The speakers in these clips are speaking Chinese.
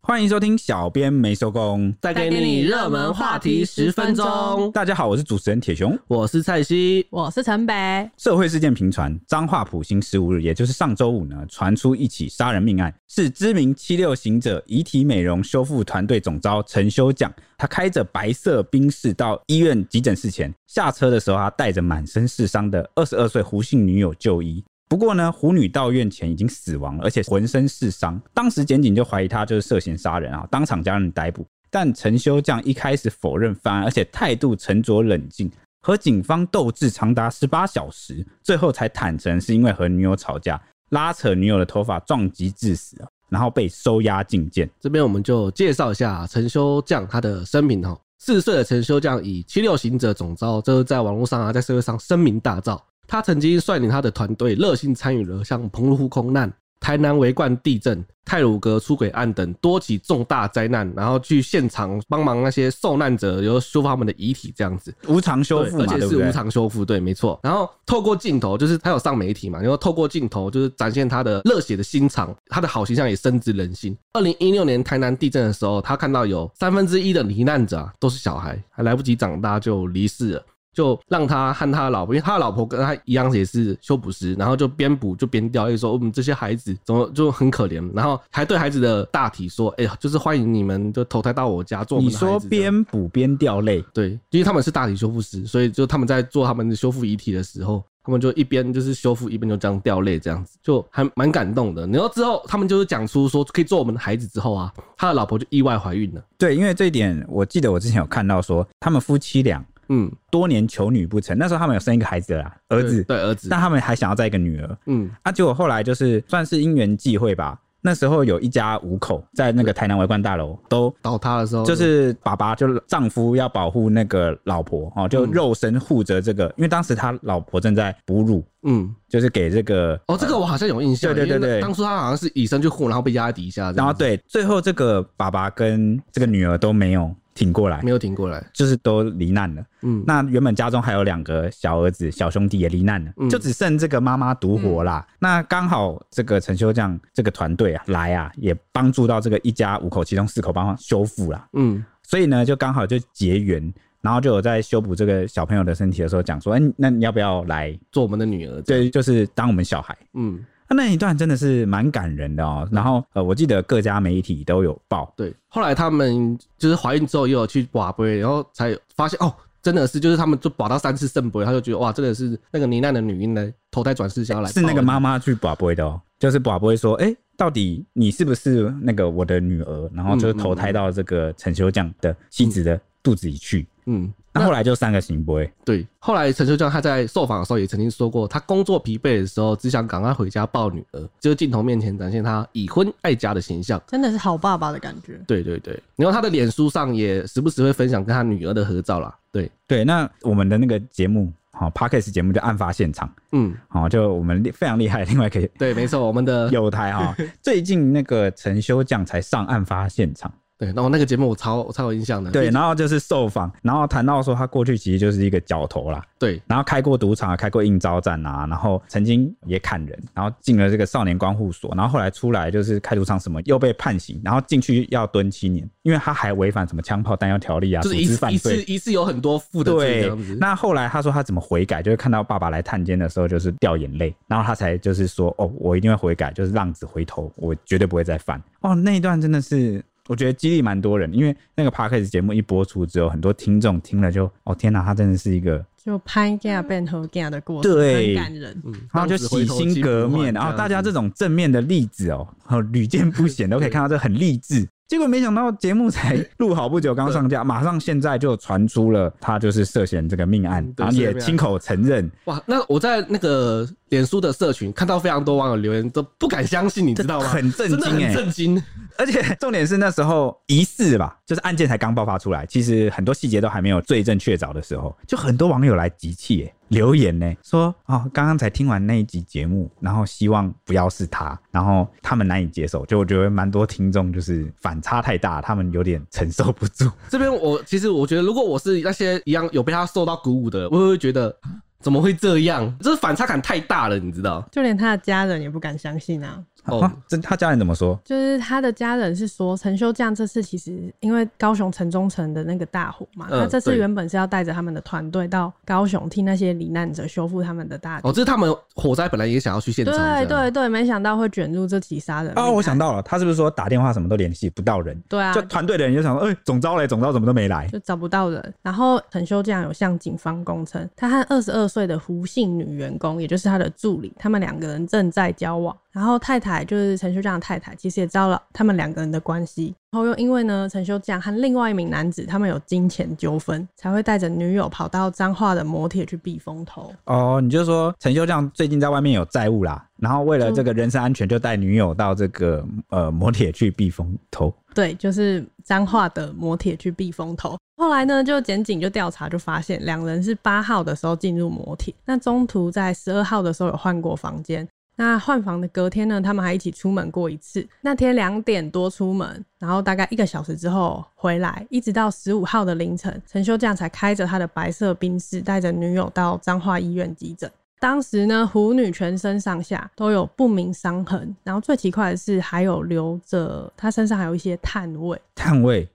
欢迎收听《小编没收工带给你热门话题十分钟》。。大家好，我是主持人铁熊。我是蔡西，我是陈北，社会事件频传，彰化普星十五日，也就是上周五呢，传出一起杀人命案，是知名七六行者遗体美容修复团队总招陈修将，他开着白色宾士到医院急诊室前，下车的时候，他带着满身是伤的二十二岁胡姓女友就医。不过呢，胡女到院前已经死亡，而且浑身是伤。当时检警就怀疑她就是涉嫌杀人啊，当场将人逮捕。但陈修将一开始否认犯案，而且态度沉着冷静，和警方斗智长达十八小时，最后才坦诚是因为和女友吵架，拉扯女友的头发撞击致死啊，然后被收押禁见。这边我们就介绍一下陈修将他的生平哈。四十岁的陈修将以七六行者总召，就是在网络上啊，在社会上声名大噪。他曾经率领他的团队热心参与了像澎湖空难、台南围冠地震、泰鲁阁出轨案等多起重大灾难，然后去现场帮忙那些受难者，有修复他们的遗体这样子。无偿修复对嘛，而且对不是无对？偿修复，对，没错。然后透过镜头，就是他有上媒体嘛，然后透过镜头就是展现他的热血的心肠，他的好形象也深植人心。二零一六年台南地震的时候，他看到有三分之一的罹难者、啊、都是小孩，还来不及长大就离世了。就让他和他的老婆，因为他的老婆跟他一样也是修补师，然后就边补就边掉泪说，我嗯们这些孩子怎么就很可怜，然后还对孩子的大体说，哎、呀，就是欢迎你们就投胎到我家做我你们的孩子说这样。边补边掉泪，对，因为他们是大体修复师，所以就他们在做他们的修复遗体的时候，他们就一边就是修复，一边就这样掉泪，这样子就还蛮感动的。然后之后他们就是讲出说可以做我们的孩子之后啊，他的老婆就意外怀孕了。对，因为这一点我记得我之前有看到说，他们夫妻俩嗯，多年求女不成，那时候他们有生一个孩子了啦，儿子，对对儿子，但他们还想要再一个女儿嗯，啊，结果后来就是算是因缘际会吧。那时候有一家五口在那个台南围观大楼，都倒塌的时候就是爸爸就丈夫要保护那个老婆哦，嗯就肉身护着这个，因为当时他老婆正在哺乳，嗯，就是给这个哦，这个我好像有印象，对对对因为那对当初他好像是以身去护，然后被压在底下这样子，然后对，最后这个爸爸跟这个女儿都没有挺过来没，有挺过来，就是都罹难了。嗯，那原本家中还有两个小儿子、小兄弟也罹难了，嗯就只剩这个妈妈独活啦。那刚好这个陈修将这个团队啊来啊，也帮助到这个一家五口，其中四口帮忙修复啦。嗯所以呢，就刚好就结缘，然后就有在修补这个小朋友的身体的时候讲说，哎、那你要不要来？做我们的女儿，，对，就是当我们小孩。嗯啊那一段真的是蛮感人的哦。然后呃，我记得各家媒体都有报，对，后来他们就是怀孕之后也有去拔杯，然后才发现哦，真的是就是他们就拔到三次圣杯，他就觉得哇，真的是那个罹难的女婴呢，投胎转世想要来是那个吗？妈妈去宝贝的哦，就是宝贝说，哎、到底你是不是那个我的女儿？然后就投胎到这个陈修将的妻子的肚子里去。嗯，那后来就三个行不对。后来陈秀江他在受访的时候也曾经说过，他工作疲惫的时候只想赶快回家抱女儿，就是镜头面前展现他已婚爱家的形象。真的是好爸爸的感觉。对对对，然后他的脸书上也时不时会分享跟他女儿的合照啦。对，对，那我们的那个节目，好、p o d c a s t 节目就案发现场，嗯，好、就我们非常厉害的另外一个对，没错，我们的 有台哈、 最近那个陈修将才上案发现场，对，然后那个节目我超我超有印象的。对，然后就是受访，然后谈到说他过去其实就是一个角头啦，对，然后开过赌场，开过应招站啊，然后曾经也砍人，然后进了这个少年关护所，然后后来出来就是开赌场什么又被判刑，然后进去要蹲七年，因为他还违反什么枪炮弹药条例啊，就是组一织次犯一次罪。一次有很多副的罪这对样子，。那后来他说他怎么悔改，就是看到爸爸来探监的时候，就是掉眼泪，然后他才就是说哦，我一定会悔改，就是浪子回头，我绝对不会再犯。哦，那一段真的是我觉得激励蛮多人，因为那个 p a r k a s 节目一播出之后，很多听众听了就哦天哪，他真的是一个就拍架变合架的过程，对很感人。嗯然后就洗心革面，然后大家这种正面的例子哦，哦屡见不鲜，都可以看到这很励志。结果没想到节目才录好不久，刚上架，马上现在就传出了他就是涉嫌这个命案嗯，对然后也涉嫌命案亲口承认，哇！那我在那个脸书的社群看到非常多网友留言，都不敢相信，你知道吗？很震真的惊很哎！震惊。而且重点是那时候疑似吧，就是案件才刚爆发出来，其实很多细节都还没有罪证确凿的时候，就很多网友来集气耶留言呢，说哦，刚刚才听完那一集节目，然后希望不要是他，然后他们难以接受，就我觉得蛮多听众就是反差太大，他们有点承受不住。这边我其实我觉得，如果我是那些一样有被他受到鼓舞的，我会觉得怎么会这样？就是反差感太大了，你知道？就连他的家人也不敢相信啊！ 哦啊，这他家人怎么说？啊就是他的家人是说，陈修将这次其实因为高雄城中城的那个大火嘛，嗯他这次对原本是要带着他们的团队到高雄替那些罹难者修复他们的大地。哦，这是他们火灾本来也想要去现场，对这样对，对，没想到会卷入这起杀人哦，我想到，到了，他是不是说打电话什么都联系不到人？嗯对啊，就团队的人就想说，哎、总招嘞，总招怎么都没来。就找不到人。然后陈修这样有向警方供称，他和二十二岁的胡姓女员工，也就是他的助理，他们两个人正在交往。然后太太就是陈修这样的太太，其实也知道了他们两个人的关系。然后又因为呢，陈修这样和另外一名男子他们有金钱纠纷，才会带着女友跑到彰化的摩铁去避风头。哦，你就说陈修将最近在外面有债务啦，然后为了这个人身安全，就带女友到这个呃摩铁去避风头。对，就是彰化的摩铁去避风头。后来呢，就检警就调查，就发现两人是八号的时候进入摩铁，那中途在十二号的时候有换过房间。那换房的隔天呢，他们还一起出门过一次。那天两点多出门，然后大概一个小时之后回来，一直到十五号的凌晨，陈修将才开着他的白色宾士，带着女友到彰化医院急诊。当时呢，虎女全身上下都有不明伤痕，然后最奇怪的是，还有留着她身上还有一些炭味。炭味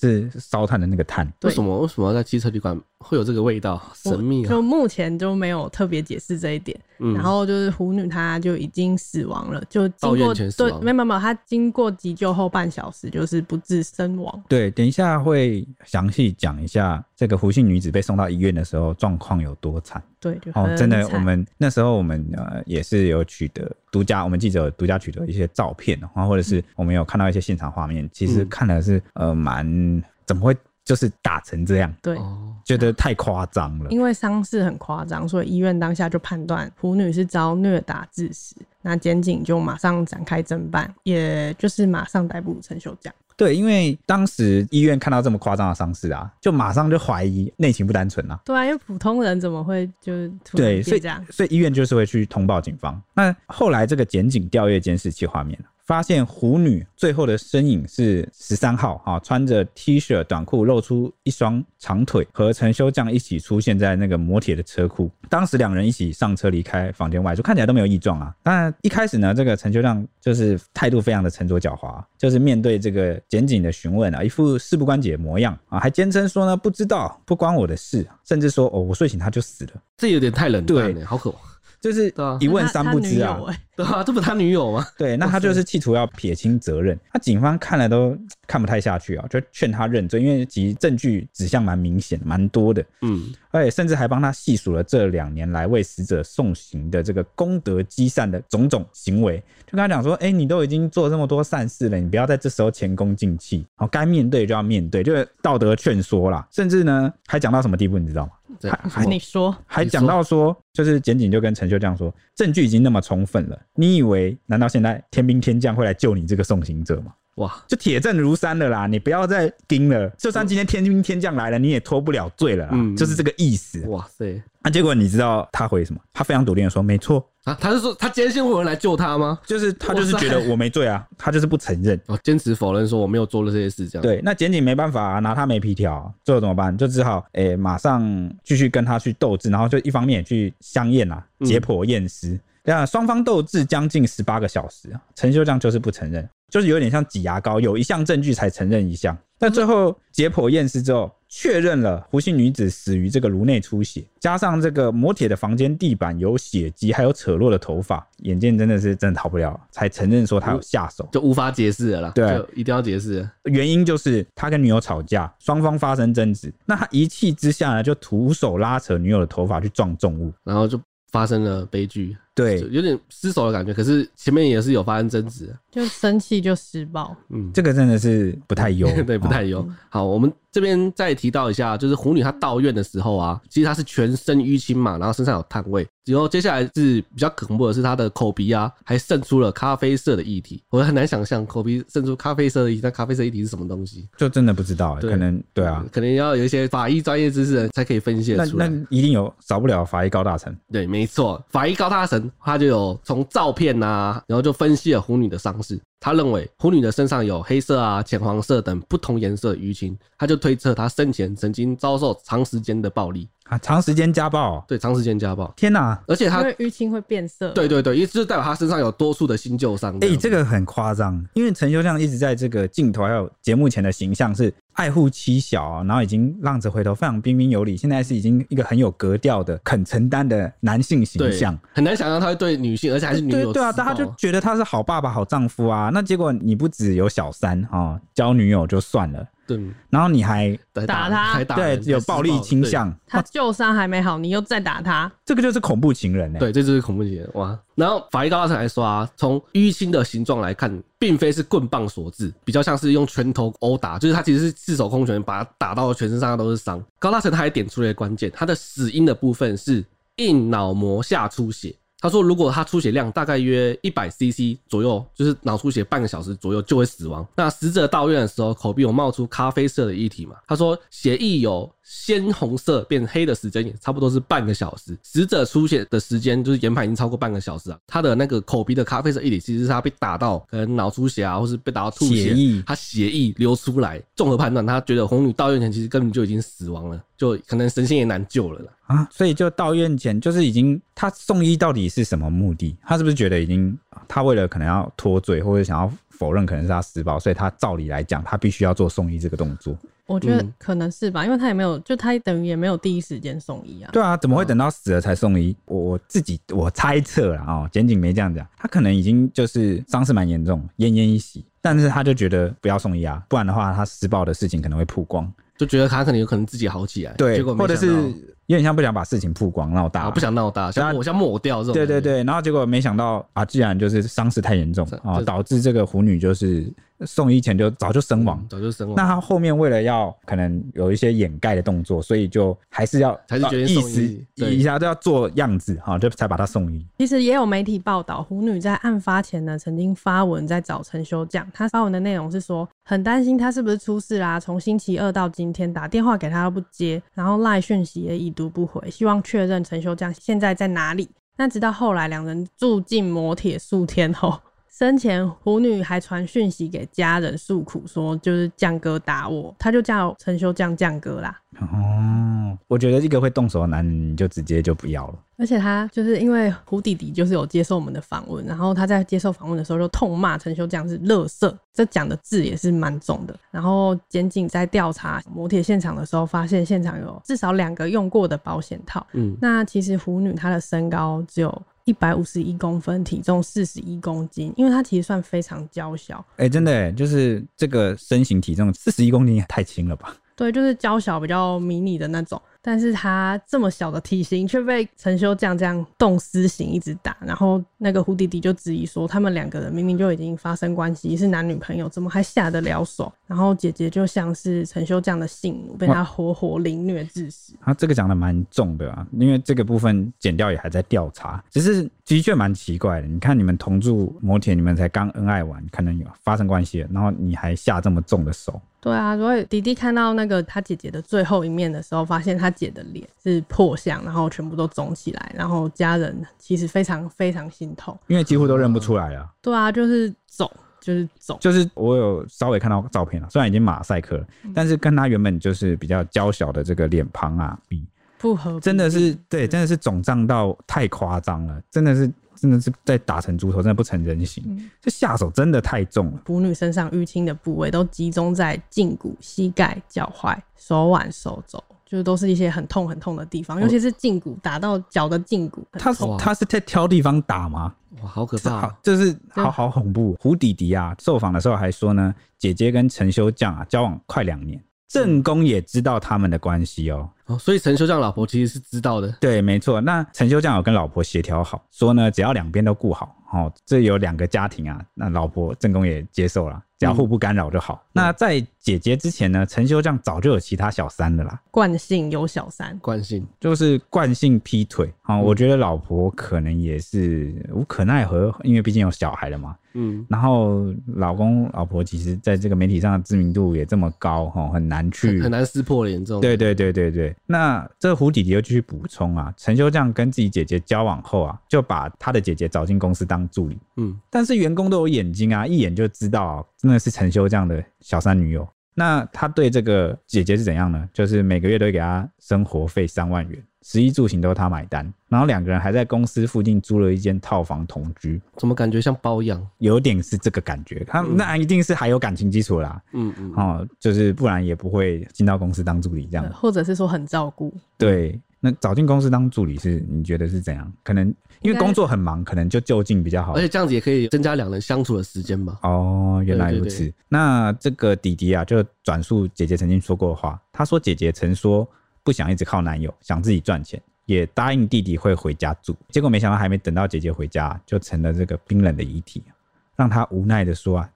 是烧炭的那个炭，对为什么为什么在汽车旅馆会有这个味道？神秘啊就！目前就没有特别解释这一点。嗯然后就是虎女她就已经死亡了，就到经院过前死对亡，没有没有没有，她经过急救后半小时就是不治身亡。对，等一下会详细讲一下这个胡姓女子被送到医院的时候状况有多惨对，就哦很，真的，惨我们那时候我们呃也是有取得独家，我们记者有独家取得一些照片，然后或者是我们有看到一些现场画面，其实嗯看的是呃蛮怎么会就是打成这样，对。哦，觉得太夸张了。因为伤势很夸张，所以医院当下就判断虎女是遭虐打致死。那检警就马上展开侦办，也就是马上逮捕陈秀江。对，因为当时医院看到这么夸张的伤势啊，就马上就怀疑内情不单纯啊。对啊，因为普通人怎么会就是突然对，变所以这样？所以医院就是会去通报警方。那后来这个检警调阅监视器画面，发现虎女最后的身影是十三号啊，穿着 T 恤短裤，露出一双长腿，和陈修将一起出现在那个摩铁的车库。当时两人一起上车离开房间外，就看起来都没有异状啊。那一开始呢，这个陈修将就是态度非常的沉着狡猾，就是面对这个检警的询问啊，一副事不关己的模样啊，还坚称说呢不知道，不关我的事，甚至说哦我睡醒他就死了。这有点太冷淡对了，好可怕。就是对啊一问那三他不知啊他女友。欸 对啊，这不是他女友吗？对，那他就是企图要撇清责 任。那警方看了都看不太下去啊，就劝他认罪，因为其实证据指向蛮明显、蛮多的，嗯，而且甚至还帮他细数了这两年来为死者送行的这个功德积善的种种行为，就跟他讲说：“哎、你都已经做这么多善事了，你不要在这时候前功尽弃，然后该面对就要面对，就是道德劝说啦。甚至呢，还讲到什么地步，你知道吗？这还什么你说还讲到说，就是检警就跟陈秀这样说，证据已经那么充分了，你以为难道现在天兵天将会来救你这个送行者吗？哇，就铁证如山了啦，你不要再盯了。就算今天天兵天将来了，你也脱不了罪了啦，嗯就是这个意思。哇塞啊，结果你知道他回什么？他非常笃定的说，没错，啊！他是说他坚信会有人来救他吗？就是他就是觉得哇塞我没罪啊，他就是不承认。哦，坚持否认说我没有做了这些事，这样。对，那检警没办法、啊，拿他没皮条啊、最后怎么办？就只好诶、马上继续跟他去斗智，然后就一方面也去相验啊，嗯解剖验尸。那双方斗智将近十八个小时啊，陈修将就是不承认，就是有点像挤牙膏，有一项证据才承认一项。但最后解剖验尸之后，确认了胡姓女子死于这个颅内出血，加上这个磨铁的房间地板有血迹，还有扯落的头发，眼见真的是真的逃不了，才承认说他有下手。就无法解释了啦，对就一定要解释了。原因就是他跟女友吵架，双方发生争执，那他一气之下呢，就徒手拉扯女友的头发去撞重物。然后就发生了悲剧，就对，有点失手的感觉。可是前面也是有发生争执，就生气就施 暴，嗯，，这个真的是不太优 对，不太哦有。好，我们这边再提到一下，就是虎女她到院的时候啊，其实她是全身淤青嘛，然后身上有炭味。然后接下来是比较恐怖的是，她的口鼻啊还渗出了咖啡色的液体，我很难想象口鼻渗出咖啡色的液体，那咖啡色液体是什么东西？就真的不知道、对可能对啊，可能要有一些法医专业知识的人才可以分析那得出那来。一定有少不了法医高大成。对，没错，法医高大神他就有从照片啊，然后就分析了虎女的伤势。他认为虎女的身上有黑色啊、浅黄色等不同颜色的淤青，他就推测她生前曾经遭受长时间的暴力。啊，长时间家暴哦、对，长时间家暴，天哪！而且因他为淤青会变色。对对对，也就是代表他身上有多数的新旧伤。哎、这个很夸张，因为陈修亮一直在这个镜头还有节目前的形象是爱护妻小啊、然后已经浪子回头，非常彬彬有礼，现在是已经一个很有格调的、肯承担的男性形对象。很难想象他会对女性，而且还是女对友对啊，施但他就暴觉得他是好爸爸、好丈夫啊。那结果你不只有小三啊、哦交女友就算了，对然后你还还打打他还打对人有还施暴力倾向，他旧伤还没好，你又再打他，这个就是恐怖情人欸呢、对，这就是恐怖情人哇！然后法医高大成来说啊，从淤青的形状来看，并非是棍棒所致，比较像是用拳头殴打，就是他其实是赤手空拳把他打到全身上下都是伤。高大成他还点出了一个关键，他的死因的部分是硬脑膜下出血。他说，如果他出血量大概约一百 CC 左右，就是脑出血半个小时左右就会死亡。那死者到院的时候，口鼻有冒出咖啡色的液体嘛？他说血液有鲜红色变黑的时间也差不多是半个小时。死者出血的时间就是研判已经超过半个小时啊。他的那个口鼻的咖啡色液体，其实是他被打到可能脑出血啊，或是被打到吐血血，液他血液流出来。综合判断，他觉得红女到院前其实根本就已经死亡了，就可能神仙也难救了啦。啊，所以就到院前就是已经他送医到底是什么目的？他是不是觉得已经他为了可能要脱罪或者想要否认可能是他施暴，所以他照理来讲他必须要做送医这个动作？我觉得嗯可能是吧，因为他也没有，就他等于也没有第一时间送医啊。对啊，怎么会等到死了才送嗯医？我我自己我猜测了啊、哦，检警没这样讲，他可能已经就是伤势蛮严重，奄奄一息，但是他就觉得不要送医啊，不然的话他施暴的事情可能会曝光，就觉得他可能有可能自己好起来，对，结果没或者想是到有点像不想把事情曝光闹大、啊不想闹大，对啊想我想抹掉这种，对对，对，然后结果没想到啊，既然就是伤势太严重啊、对导致这个虎女就是送医前就早就身亡。早就身亡。那她后面为了要可能有一些掩盖的动作，所以就还是要呃还是决定意送医思对一下都要做样子哈、就才把她送医。其实也有媒体报道，虎女在案发前呢，曾经发文在找陈修将。她发文的内容是说，很担心他是不是出事啦、从星期二到今天，打电话给他都不接，然后赖讯息也已读不回，希望确认陈修将现在在哪里。那直到后来两人住进摩铁数天后， 生前虎女还传讯息给家人诉苦，说就是将哥打我，她就叫陈修将将哥啦。哦，我觉得一个会动手的男人，你就直接就不要了。而且他就是因为胡弟弟就是有接受我们的访问，然后他在接受访问的时候就痛骂陈修将是垃圾，这讲的字也是蛮重的。然后检警在调查磨铁现场的时候，发现现场有至少两个用过的保险套。嗯，那其实胡女她的身高只有一百五十一公分，体重四十一公斤，因为她其实算非常娇小，哎、真的、欸，就是这个身形体重四十一公斤也太轻了吧？对，就是娇小比较迷你的那种。但是她这么小的体型却被陈修将这样动私刑一直打，然后那个胡弟弟就质疑说，他们两个人明明就已经发生关系，是男女朋友，怎么还下得了手？然后姐姐就像是陈修将的性奴，被他活活凌虐致死。啊，这个讲的蛮重的啊，因为这个部分减掉也还在调查，只是的确蛮奇怪的。你看你们同住摩铁，你们才刚恩爱完，可能有发生关系了，然后你还下这么重的手，对啊，所以弟弟看到那个他姐姐的最后一面的时候，发现他姐的脸是破相，然后全部都肿起来，然后家人其实非常非常心痛。因为几乎都认不出来了。对啊，就是肿，就是肿。就是我有稍微看到照片了，啊虽然已经马赛克了，但是跟他原本就是比较娇小的这个脸庞啊比，不合真的是比例对，真的是肿胀到太夸张了，真的是真的是在打成猪头，真的不成人形嗯。这下手真的太重了。腐女身上淤青的部位都集中在胫骨、膝盖、脚踝、手腕、手肘，就是都是一些很痛很痛的地哦方，尤其是胫骨打到脚的胫骨，很他痛啊哇他是在挑地方打吗？哇，好可这怕好哦！，就是好好恐怖。胡迪迪啊，受访的时候还说呢，姐姐跟陈修将啊交往快两嗯年，正宫也知道他们的关系哦。哦所以陈修将老婆其实是知道的，对，没错。那陈修将有跟老婆协调好，说呢，只要两边都顾好，哦，这有两个家庭啊，那老婆正宫也接受了，嗯只要互不干扰就好。那在姐姐之前呢，陈修将早就有其他小三的啦，惯性有小三。关心就是惯性劈腿啊、嗯哦。我觉得老婆可能也是无可奈何，因为毕竟有小孩了嘛。嗯，然后老公老婆其实在这个媒体上的知名度也这么高哈，很难去很很难撕破脸这种。对对对对对，那这胡弟弟又继续补充啊，陈修将跟自己姐姐交往后啊，就把他的姐姐找进公司当助理，嗯，啊但是员工都有眼睛啊，一眼就知道、真的是陈修将的小三女友。那他对这个姐姐是怎样呢？就是每个月都会给她生活费三万元，食衣住行都是她买单，然后两个人还在公司附近租了一间套房同居，怎么感觉像包养？有点是这个感觉。他嗯那一定是还有感情基础啦，嗯嗯，哦，就是不然也不会进到公司当助理这样对。或者是说很照顾，对，那找进公司当助理是你觉得是怎样？可能因应为该工作很忙，可能就就近比较好而。且这样子也可以增加两人相处的时间吧。哦，原来对如对此。那这个弟弟啊，就转述姐姐曾经说过的话。他说姐姐曾说不想一直靠男友，想自己赚钱，也答应弟弟会回家住。结果没想到还没等到姐姐回家，就成了这个冰冷的遗体，啊让他无奈的说啊，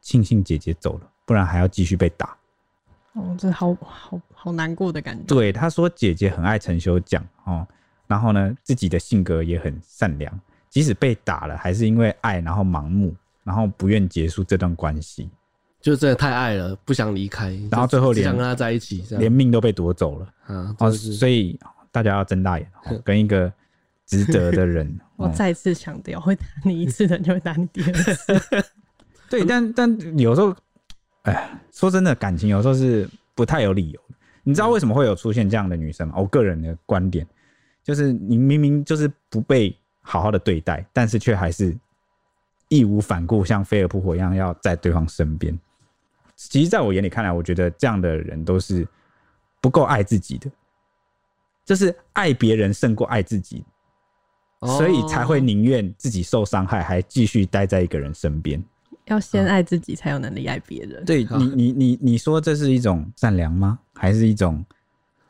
庆幸姐姐走了，不然还要继续被打。哦，这好好好难过的感觉。对，他说姐姐很爱陈修讲哦，然后呢，自己的性格也很善良，即使被打了，还是因为爱，然后盲目，然后不愿结束这段关系，就是真的太爱了，不想离开，然后最后只想连跟他在一起，这连样命都被夺走了啊，真哦，的是所以大家要睁大眼、 哦，跟一个值得的人。我哦、再次强调，会打你一次的就会打你第二 次，对，但但有时候，哎，说真的，感情有时候是不太有理由的。你知道为什么会有出现这样的女生吗？我个人的观点就是，你明明就是不被好好的对待，但是却还是义无反顾，像飞蛾扑火一样要在对方身边。其实，在我眼里看来，我觉得这样的人都是不够爱自己的，就是爱别人胜过爱自己，所以才会哦宁愿自己受伤害，还继续待在一个人身边。要先爱自己，才有能力爱别 人。对好你，你你你说这是一种善良吗？还是一种？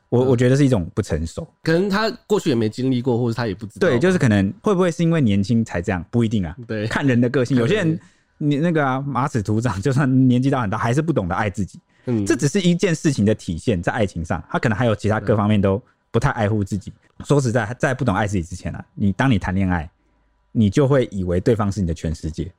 我我觉得是一种不成熟。可能他过去也没经历过，或者他也不知道吧。对，就是可能会不会是因为年轻才这样？不一定啊，对， 看人的个性。有些看人人你那个啊，马齿徒长，就算年纪大很大，还是不懂得爱自己。嗯这只是一件事情的体现，在爱情上，他可能还有其他各方面都不太爱护自己。说实在，在不懂爱自己之前啊，你当你谈恋爱，你就会以为对方是你的全世界。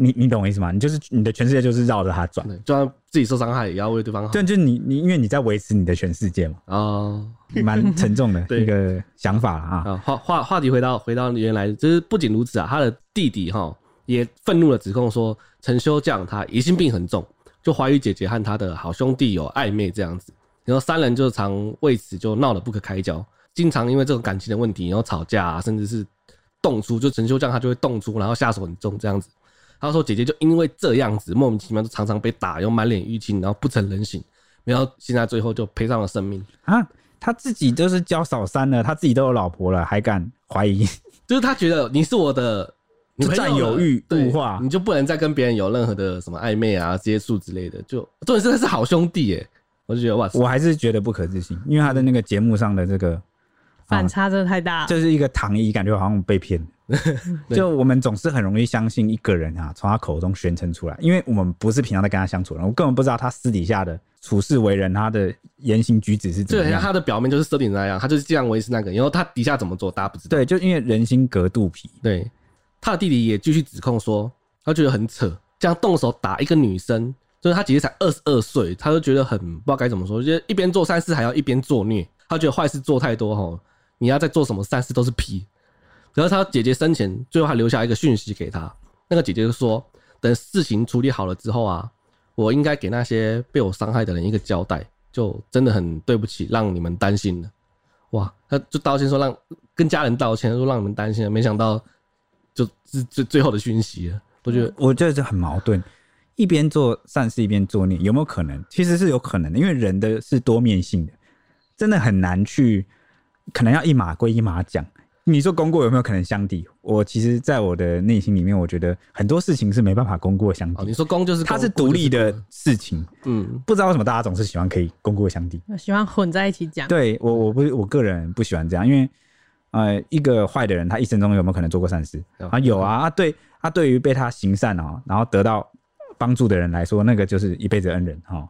你你懂我意思吗？你就是你的全世界就是绕着他转。对就算自己受伤害，也要为对方好对，就是你你，因为你在维持你的全世界嘛，啊。蛮沉重的对一个想法啊。啊，话话话题回到回到原来，就是不仅如此啊，他的弟弟哈也愤怒的指控说，陈修将他疑心病很重，就怀疑姐姐和他的好兄弟有暧昧这样子，然后三人就常为此就闹得不可开交，经常因为这种感情的问题，然后吵架、啊，甚至是动粗，就陈修将他就会动粗，然后下手很重这样子。他说姐姐就因为这样子，莫名其妙就常常被打，又满脸淤青，然后不成人形，然后现在最后就赔上了生命。啊，他自己都是交小三了，他自己都有老婆了，还敢怀疑？就是他觉得你是我的女朋友了占有欲对物化你就不能再跟别人有任何的什么暧昧啊、接触之类的。就重点是他是好兄弟耶，我就觉得哇塞，我还是觉得不可置信，因为他的那个节目上的这个啊反差真的太大了。就是一个糖衣，感觉好像被骗。就我们总是很容易相信一个人啊，从他口中宣称出来，因为我们不是平常在跟他相处的人，我根本不知道他私底下的处事为人，他的言行举止是怎就么很像样。他的表面就是设定那样，他就是这样维持那个，然后他底下怎么做大家不知道。对，就因为人心隔肚皮，对，他的弟弟也继续指控说，他觉得很扯，这样动手打一个女生，就是他姐姐才二十二岁，他就觉得很不知道该怎么说，就是一边做善事还要一边作孽，他觉得坏事做太多吼，你要再做什么善事都是屁。然后他姐姐生前最后还留下一个讯息给他，那个姐姐就说，等事情处理好了之后啊，我应该给那些被我伤害的人一个交代，就真的很对不起，让你们担心了。哇，他就道歉说让跟家人道歉，说让你们担心了，没想到就是最最后的讯息了。我觉得我觉得这很矛盾，一边做善事一边作孽，有没有可能？其实是有可能的，因为人的是多面性的，真的很难去，可能要一码归一码讲。你说功过有没有可能相抵？我其实，在我的内心里面，我觉得很多事情是没办法功过相哦，抵，你说公就是它公是独立，过就的过事情。嗯，不知道为什么大家总是喜欢可以功过相抵。我喜欢混在一起 讲，对我，我不，我个人不喜欢这样，因为呃，一个坏的人，他一生中有没有可能做过善事有啊？有啊，啊对，啊，对于被他行善哦，然后得到帮助的人来说，那个就是一辈子恩人哦，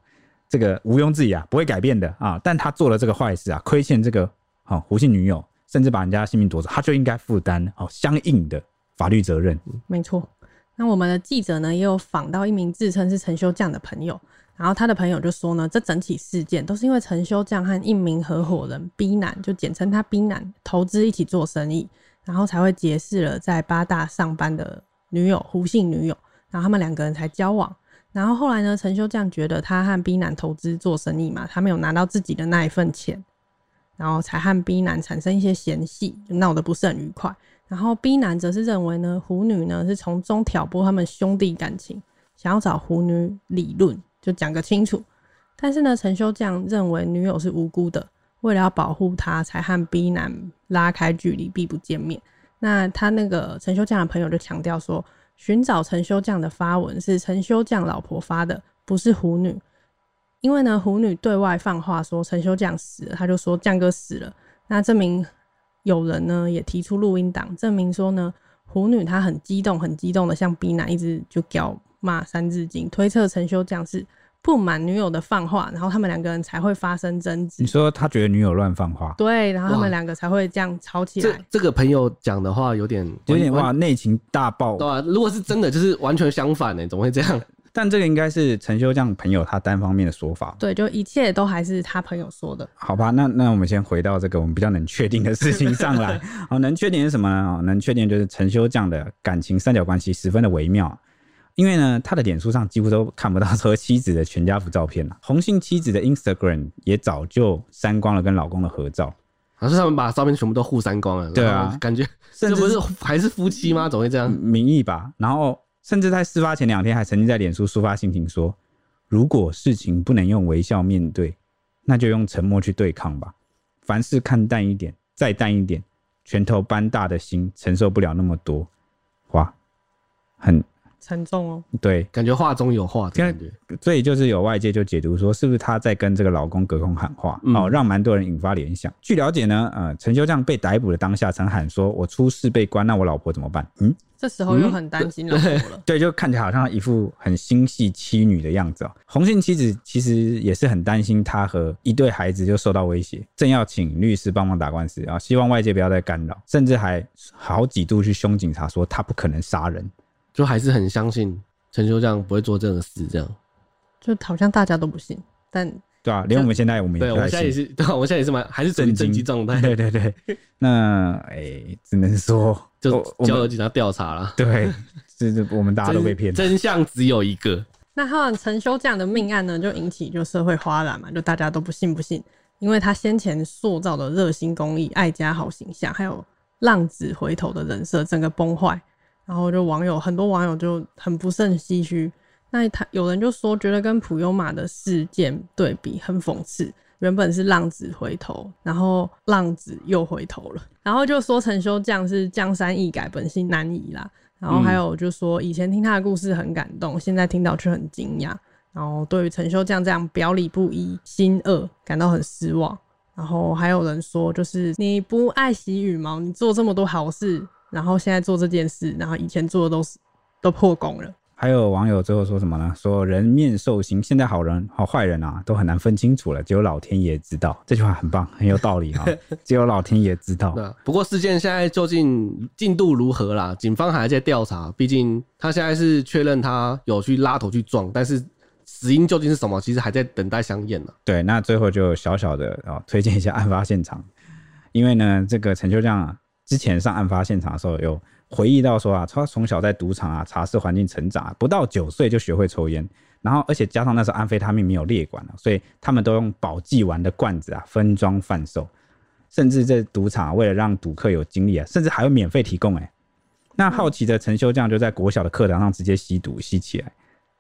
这个毋庸置疑啊，不会改变的啊。但他做了这个坏事啊，亏欠这个哦胡姓女友，甚至把人家性命夺走，他就应该负担哦相应的法律责任。没错。那我们的记者呢，也有访到一名自称是陈修将的朋友，然后他的朋友就说呢，这整起事件都是因为陈修将和一名合伙人 B 男，就简称他 B 男，投资一起做生意，然后才会结识了在八大上班的女友胡姓女友，然后他们两个人才交往。然后后来呢，陈修将觉得他和 B 男投资做生意嘛，他没有拿到自己的那一份钱，然后才和 B 男产生一些嫌隙，闹得不是很愉快。然后 B 男则是认为呢，虎女呢是从中挑拨他们兄弟感情，想要找虎女理论，就讲个清楚。但是呢，陈修将认为女友是无辜的，为了要保护她，才和 B 男拉开距离，避不见面。那他那个陈修将的朋友就强调说，寻找陈修将的发文是陈修将老婆发的，不是虎女。因为呢，虎女对外放话说陈修将死了，他就说将哥死了。那证明有人呢也提出录音档，证明说呢，虎女她很激动，很激动的向 B 男一直就叫骂三字经，推测陈修将是不满女友的放话，然后他们两个人才会发生争执你。说他觉得女友乱放话，对，然后他哇们两个才会这样吵起这来。这个朋友讲的话有点有点哇完内情大爆对啊，如果是真的，就是完全相反欸呢、怎么会这样？但这个应该是陈修将朋友他单方面的说法，对，就一切都还是他朋友说的。好吧？那那我们先回到这个我们比较能确定的事情上 来。好，能确定是什么呢？哦能确定就是陈修将的感情三角关系十分的微妙，因为呢，他的脸书上几乎都看不到和妻子的全家福照片了，红杏妻子的 Instagram 也早就删光了跟老公的合照，然后他们把照片全部都互删光了，对啊然后感觉甚这不至嗯是还是夫妻吗？怎么会这样？名义吧。然后甚至在事发前两天还曾经在脸书抒发心情说，如果事情不能用微笑面对，那就用沉默去对抗吧。凡事看淡一点，再淡一点，拳头般大的心承受不了那么多。哇，很沉重哦。对，感觉话中有话的现在感觉。所以就是有外界就解读说，是不是她在跟这个老公隔空喊话，嗯哦，让蛮多人引发联想。据了解呢，呃，陈修将被逮捕的当下曾喊说：“我出事被关，那我老婆怎么办？”嗯，这时候又很担心老婆了。对，就看起来好像一副很心系妻女的样子哦。红杏妻子其实也是很担心她和一对孩子就受到威胁，正要请律师帮忙打官司啊，希望外界不要再干扰，甚至还好几度去凶警察说她不可能杀人。就还是很相信陈修将不会做这样的事，这样。就好像大家都不信，但对啊，连我们现在我们也对，不我太现在也信。是， 对啊，我现在也是蛮还是处于震震惊惊状态，对对对， 那哎、只能说就我我交由们警察调查了。对，这这我们大家都被骗了。真真相只有一个。那后来陈修这样的命案呢，就引起就社会哗然嘛，就大家都不信不信，因为他先前塑造的热心公益、爱家好形象，还有浪子回头的人设，整个崩坏。然后就网友很多网友就很不胜唏嘘。那他有人就说，觉得跟普悠玛的事件对比很讽刺。原本是浪子回头，然后浪子又回头了，然后就说陈修将是江山易改，本性难移啦。然后还有就说，以前听他的故事很感动，现在听到却很惊讶。然后对于陈修将这样表里不一、心恶感到很失望。然后还有人说，就是你不爱惜羽毛，你做这么多好事，然后现在做这件事，然后以前做的都是都破功了。还有网友最后说什么呢？说人面兽心，现在好人和坏人啊都很难分清楚了，只有老天爷知道。这句话很棒，很有道理啊、只有老天爷知道对。啊，不过事件现在究竟进度如何啦？警方还在调查，毕竟他现在是确认他有去拉头去撞，但是死因究竟是什么，其实还在等待相验呢。对，那最后就小小的哦推荐一下案发现场，因为呢，这个陈秋将啊，之前上案发现场的时候有回忆到说啊，他从小在赌场啊、茶室环境成长、啊，不到九岁就学会抽烟，然后而且加上那时候安非他命没有列管了、啊所以他们都用保济丸的罐子啊分装贩售，甚至这赌场啊、为了让赌客有精力啊，甚至还会免费提供哎、那好奇的陈修将就在国小的课堂上直接吸毒吸起来，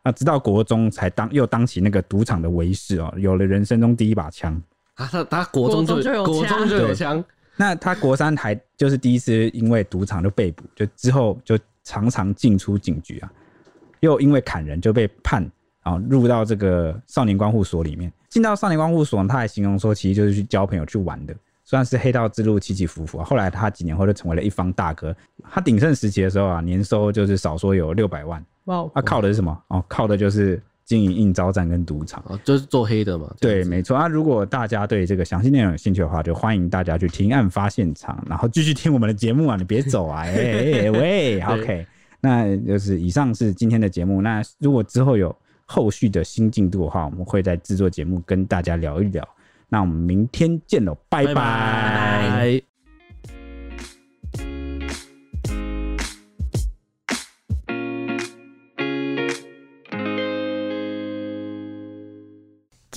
啊，直到国中才当又当起那个赌场的维士哦，有了人生中第一把枪。啊，他他国中国中就有就国中枪就有枪，那他国三还就是第一次因为赌场就被捕，就之后就常常进出警局啊，又因为砍人就被判啊入到这个少年观护所里面。进到少年观护所呢，他还形容说，其实就是去交朋友去玩的，算是黑道之路起起伏伏啊。后来他几年后就成为了一方大哥，他鼎盛时期的时候啊，年收就是少说有六百万，哇哦，他、靠的是什么？哦，靠的就是经营应招站跟赌场。啊，就是做黑的嘛。这对，样子没错啊。如果大家对这个详细内容有兴趣的话，就欢迎大家去听案发现场，然后继续听我们的节目啊！你别走 啊！哎、哎哎喂，OK，那就是以上是今天的节目。那如果之后有后续的新进度的话，我们会在制作节目跟大家聊一聊。那我们明天见喽，拜拜。拜拜